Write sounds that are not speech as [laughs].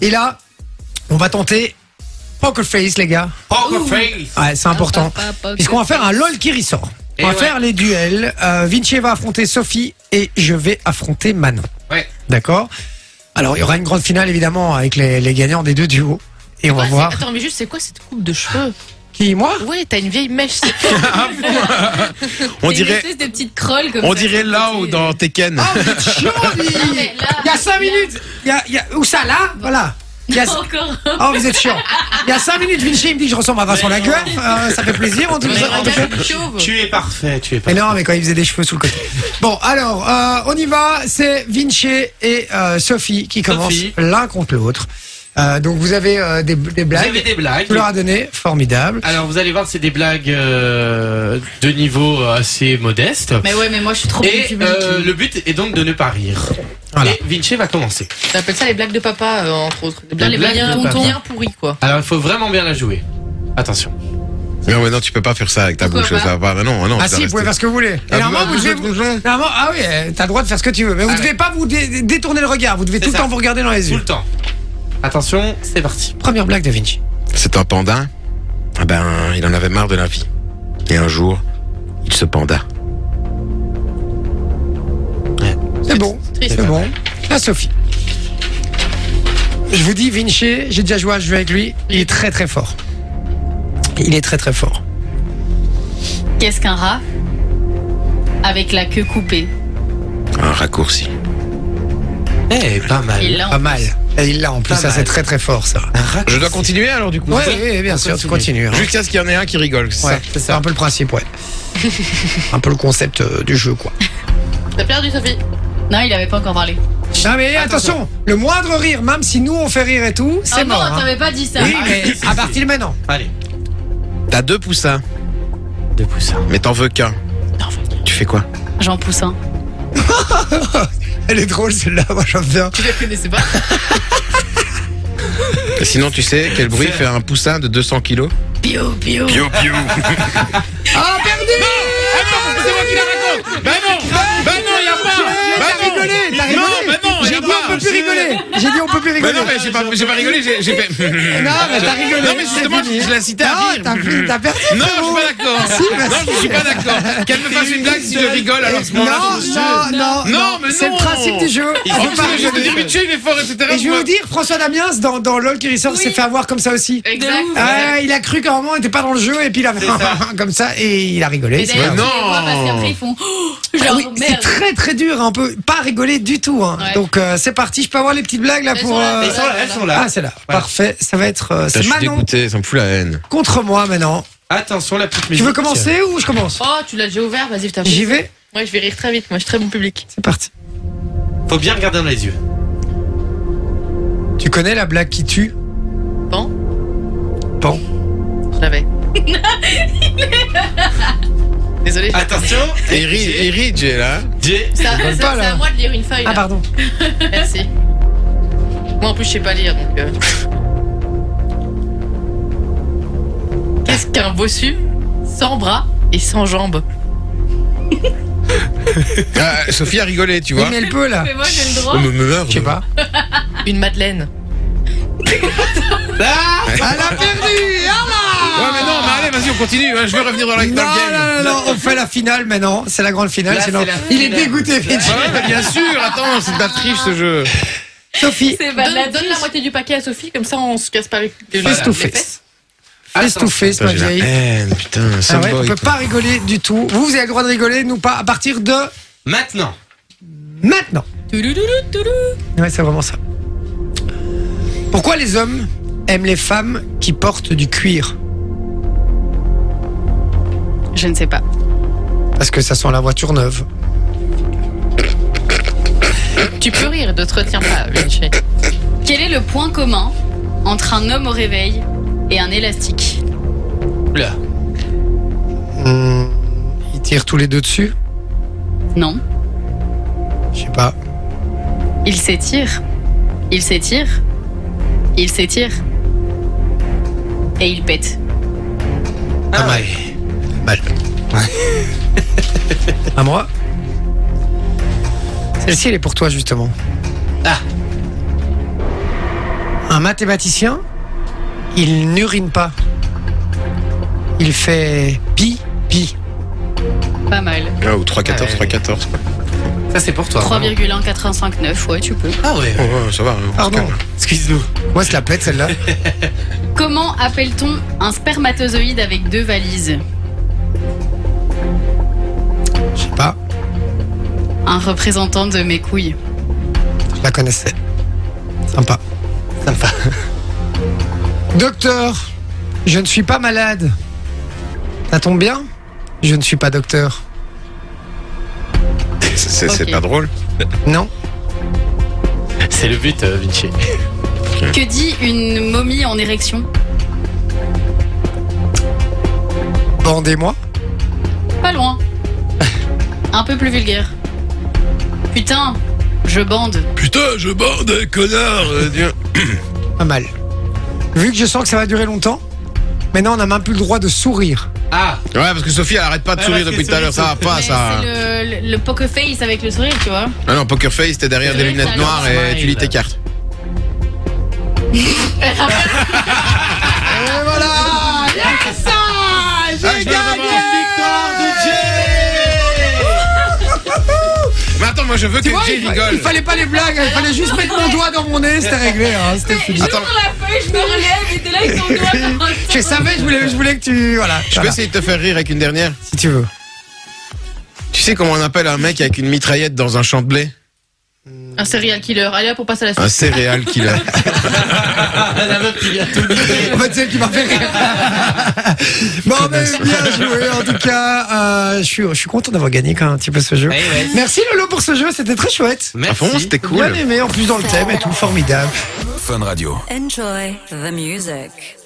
Et là, on va tenter Poker Face, les gars. Poker face. Ouais, c'est important. Ah, pas Poker Puisqu'on va faire un LOL qui ressort. Et Eh on va ouais. faire les duels. Euh, Vinci va affronter Sophie et je vais affronter Manon. Ouais. D'accord Alors, il y aura une grande finale, évidemment, avec les, les gagnants des deux duos. Et on va Ouais, c'est- voir Bah, Attends, Oh, mais juste, c'est quoi cette coupe de cheveux qui, moi Ouais, t'as une vieille mèche. c'est- On c'est une dirait, espèce de petite crolle comme on ça. dirait là ou dans Tekken. Ah, vous êtes chiant, lui Non, mais là, Il y a 5 là, minutes il y a, il y a- Où ça, là Voilà Il [laughs] y a- Encore. Oh, vous êtes chiant Il y a 5 minutes, Vinci il me dit que je ressemble à Vincent Lagueur. Euh, ça fait plaisir, on dit Mais on te fait- regarde, chauve. Tu es parfait, tu es Mais non, mais quand il faisait des cheveux sous le côté. Bon, alors, euh, on y va. C'est Vinci et euh, Sophie qui commencent Sophie. l'un contre l'autre. Euh, donc, vous avez euh, des, des Vous blagues. avez des blagues. Ah, Tu leur as donné. Formidable. Alors vous allez voir, c'est des blagues euh, de niveau assez modeste. Mais ouais, mais moi, je suis trop bonne Et fumeuse. euh, le but est donc de ne pas rire. Voilà. Et Vinci va commencer. T'appelles ça les blagues de papa, euh, entre autres. Les blagues, Les les blagues bien, de papa. bien pourries, quoi. Alors il faut vraiment bien la jouer. Attention. Non, mais non, tu peux pas faire ça avec ta Pourquoi bouche. pas Ça va pas. Mais non, non. Ah tu dois si, vous pouvez faire rester- ce que vous voulez. Et Ah, normalement, bah, vous devez... vous êtes gonzon. Normalement, ah oui, euh, t'as le droit de faire ce que tu veux. Mais vous Ah, devez ouais. pas vous dé- dé- détourner le regard. Vous devez C'est tout le ça. temps vous regarder dans les Tout yeux. le temps. Attention, c'est parti. Première blague de Vinci. C'est un panda. Ah Ben, il en avait marre de la vie. Et un jour, il se panda. C'est bon. triste. C'est bon. La Sophie. Je vous dis, Vinci, j'ai déjà joué à ce jeu avec lui. Il est très très fort. Il est très très fort. Qu'est-ce qu'un rat Avec la queue coupée. Un raccourci. Eh, pas mal. Et là, on- Pas mal. Et il l'a en plus, Pas ça c'est mal. très très fort ça. Je dois continuer alors, du coup Oui, oui, bien sûr, tu continues. hein. Jusqu'à ce qu'il y en ait un qui rigole. c'est Ouais, ça c'est ça. un peu le principe, ouais. un peu le concept euh, du jeu, quoi. T'as perdu, Sophie Non, il avait pas encore parlé. Non mais attention, le moindre rire, même si nous on fait rire et tout, c'est Ah mort. non, hein. t'avais pas dit ça. Oui, Ah, mais si, si, à si. partir de maintenant. Allez, T'as deux poussins, deux poussins. mais t'en veux qu'un. Tu fais quoi J'en pousse [laughs] un. Elle est drôle celle-là, moi j'aime bien. Tu la connaissais pas Et Sinon, tu sais quel bruit C'est- fait un poussin de 200 kilos Pio, pio. Pio pio Ah perdu C'est moi qui la raconte Bah non Bah non, y a pas Bah T'as rigolé, t'as rigolé Non, bah non, y J'ai a dit pas. on peut plus rigoler J'ai dit on peut plus Bah rigoler non, mais j'ai pas, j'ai pas rigolé, j'ai j'ai [laughs] fait. Non, mais t'as rigolé Non, mais justement, c'est fini. je, je la citais à Non, rire. t'as fini, t'as perdu Non, c'est je bon. suis pas d'accord. non, je suis pas d'accord. Qu'elle me fasse une blague si je rigole alors ce Non, moment-là. je- non, non, Non, non, mais C'est le non. principe du jeu En On plus, peut pas je vais te dire, rigoler. mais tu es, il est fort, etc. Et je vais vous dire, François Damiens, dans, dans LOL qui ressort, s'est fait avoir comme ça aussi. Exact. ouf. Ah Ouais, il a cru qu'à un moment, il était pas dans le jeu, et puis il avait C'est ça. [laughs] comme ça, et il a rigolé. Et c'est d'ailleurs, pas tu non. les vois parce qu'après, ils font. Oh, grave. Ah Genre, oui, c'est merde. très très dur, un peu pas rigoler du tout. hein. Ouais. Donc euh, c'est parti, je peux avoir les petites blagues là Elles pour. sont là, euh, Elles sont là, elles sont là. Ah, c'est là. Voilà. Parfait. Ça va être. euh, Putain, c'est je suis Manon dégoûté, ça me fout la haine. contre moi maintenant. Attention, la petite Tu musique. veux commencer ou je commence Oh, tu l'as déjà ouvert, vas-y, t'as J'y vais Moi, je vais rire très vite, moi, je suis très bon public. C'est parti. Faut bien regarder dans les yeux. Tu connais la blague qui tue Pan Pan. [laughs] Je l'avais. Désolé. Attention. Et ri- et ri, Jay, là. Jay. C'est à, rigole c'est- Ah, pas, c'est là. à moi de lire une feuille. Ah, là. pardon. Merci. Moi, en plus, je sais pas lire, [laughs] donc. euh. Qu'est-ce qu'un bossu sans bras et sans jambes Ah, Sophie a rigolé, tu Oui, vois. Mais elle peut là. Mais moi, j'ai le droit. Oh, me- me meurt. Je sais pas. Une madeleine. Ah Elle a perdu Ah Ouais, mais non, mais allez, vas-y, on continue. hein, Je veux revenir dans la Non, dans le game. non, non, non, on fait la finale maintenant. C'est la grande finale. Là, sinon- c'est la Il est finale. dégoûté, Vinci. Ouais, mais bien sûr, attends, c'est de la triche ce jeu. Eh, Sophie, C'est Donne, valable. donne la moitié du paquet à Sophie, comme ça on se casse pas avec les face Voilà, to les face. Face to Attention. face, ma Putain, j'ai la vieille. haine, putain, Ah ouais, on Sunboy, peut toi. pas rigoler du tout. Vous, vous avez le droit de rigoler, nous pas à partir de Maintenant. maintenant. Toulouloulou, toulou. Ouais, c'est vraiment ça. Pourquoi les hommes aiment les femmes qui portent du cuir Je ne sais pas. Parce que ça sent la voiture neuve. Tu peux rire, ne te retiens pas, Vinci. Quel est le point commun entre un homme au réveil et un élastique Là. Hmm, ils tirent tous les deux dessus Non. Je sais pas. Il s'étire. Il s'étire. Il s'étire. Et il pète. Pas mal. Pas mal. à moi Celle-ci, elle est pour toi, justement. Ah. Un mathématicien, il n'urine pas. Il fait pi, pi. Pas mal. Ah, ou 3,14, Ouais. 3,14. quoi. Ça, c'est pour toi. vraiment. 3,185, ouais, tu peux. Ah ouais. Oh, ouais, ça va. on se Pardon. calme. Excuse-nous. Moi, je la pète celle-là. Comment appelle-t-on un spermatozoïde avec deux valises Je sais pas, Un représentant de mes couilles. je la connaissais. Sympa. Sympa. Docteur, je ne suis pas malade. Ça tombe bien Je ne suis pas docteur. C'est- C'est c'est Ok. pas drôle. Non C'est le but, euh, Vinci. Que dit une momie en érection Bandez-moi. Pas loin. Un peu plus vulgaire. Putain, je bande. Putain, je bande, euh, connard. Pas mal. Vu que je sens que ça va durer longtemps, maintenant on n'a même plus le droit de sourire. Ah, Ouais, parce que Sophie, elle arrête pas de Ouais, sourire parce que depuis tout à l'heure. Ça va Sophie, pas, Mais Ah, ça. C'est le, le- le poker face avec le sourire, tu vois. Ah non, Poker Face, t'es derrière C'est des vrai, lunettes ça, noires alors, et tu lis smile. tes cartes. Et voilà Ah, J'ai gagné Mais attends, moi je veux que Tu vois, Jay il, fa- il rigole. fallait pas les blagues, il fallait juste mettre mon doigt dans mon nez, c'était réglé, hein, c'était fini. Attends. la feuille, je me relève, et t'es là avec ton doigt [laughs] dans le Je savais, je voulais, je voulais que tu. Voilà. Je peux Voilà, essayer de te faire rire avec une dernière si tu veux. Tu sais comment on appelle un mec avec une mitraillette dans un champ de blé Un serial killer. Allez, hop, on passe à la Un suite. céréal qu'il a. [laughs] la meuf qui vient tout En fait, c'est elle qui m'a fait rire. Bon, mais bien joué. En tout cas, euh, je, suis, je suis content d'avoir gagné quand même un petit peu ce jeu. Merci Lolo pour ce jeu, c'était très chouette. À fond, Ah c'était cool. Bien aimé, en plus dans le thème et tout, formidable. Enjoy the music.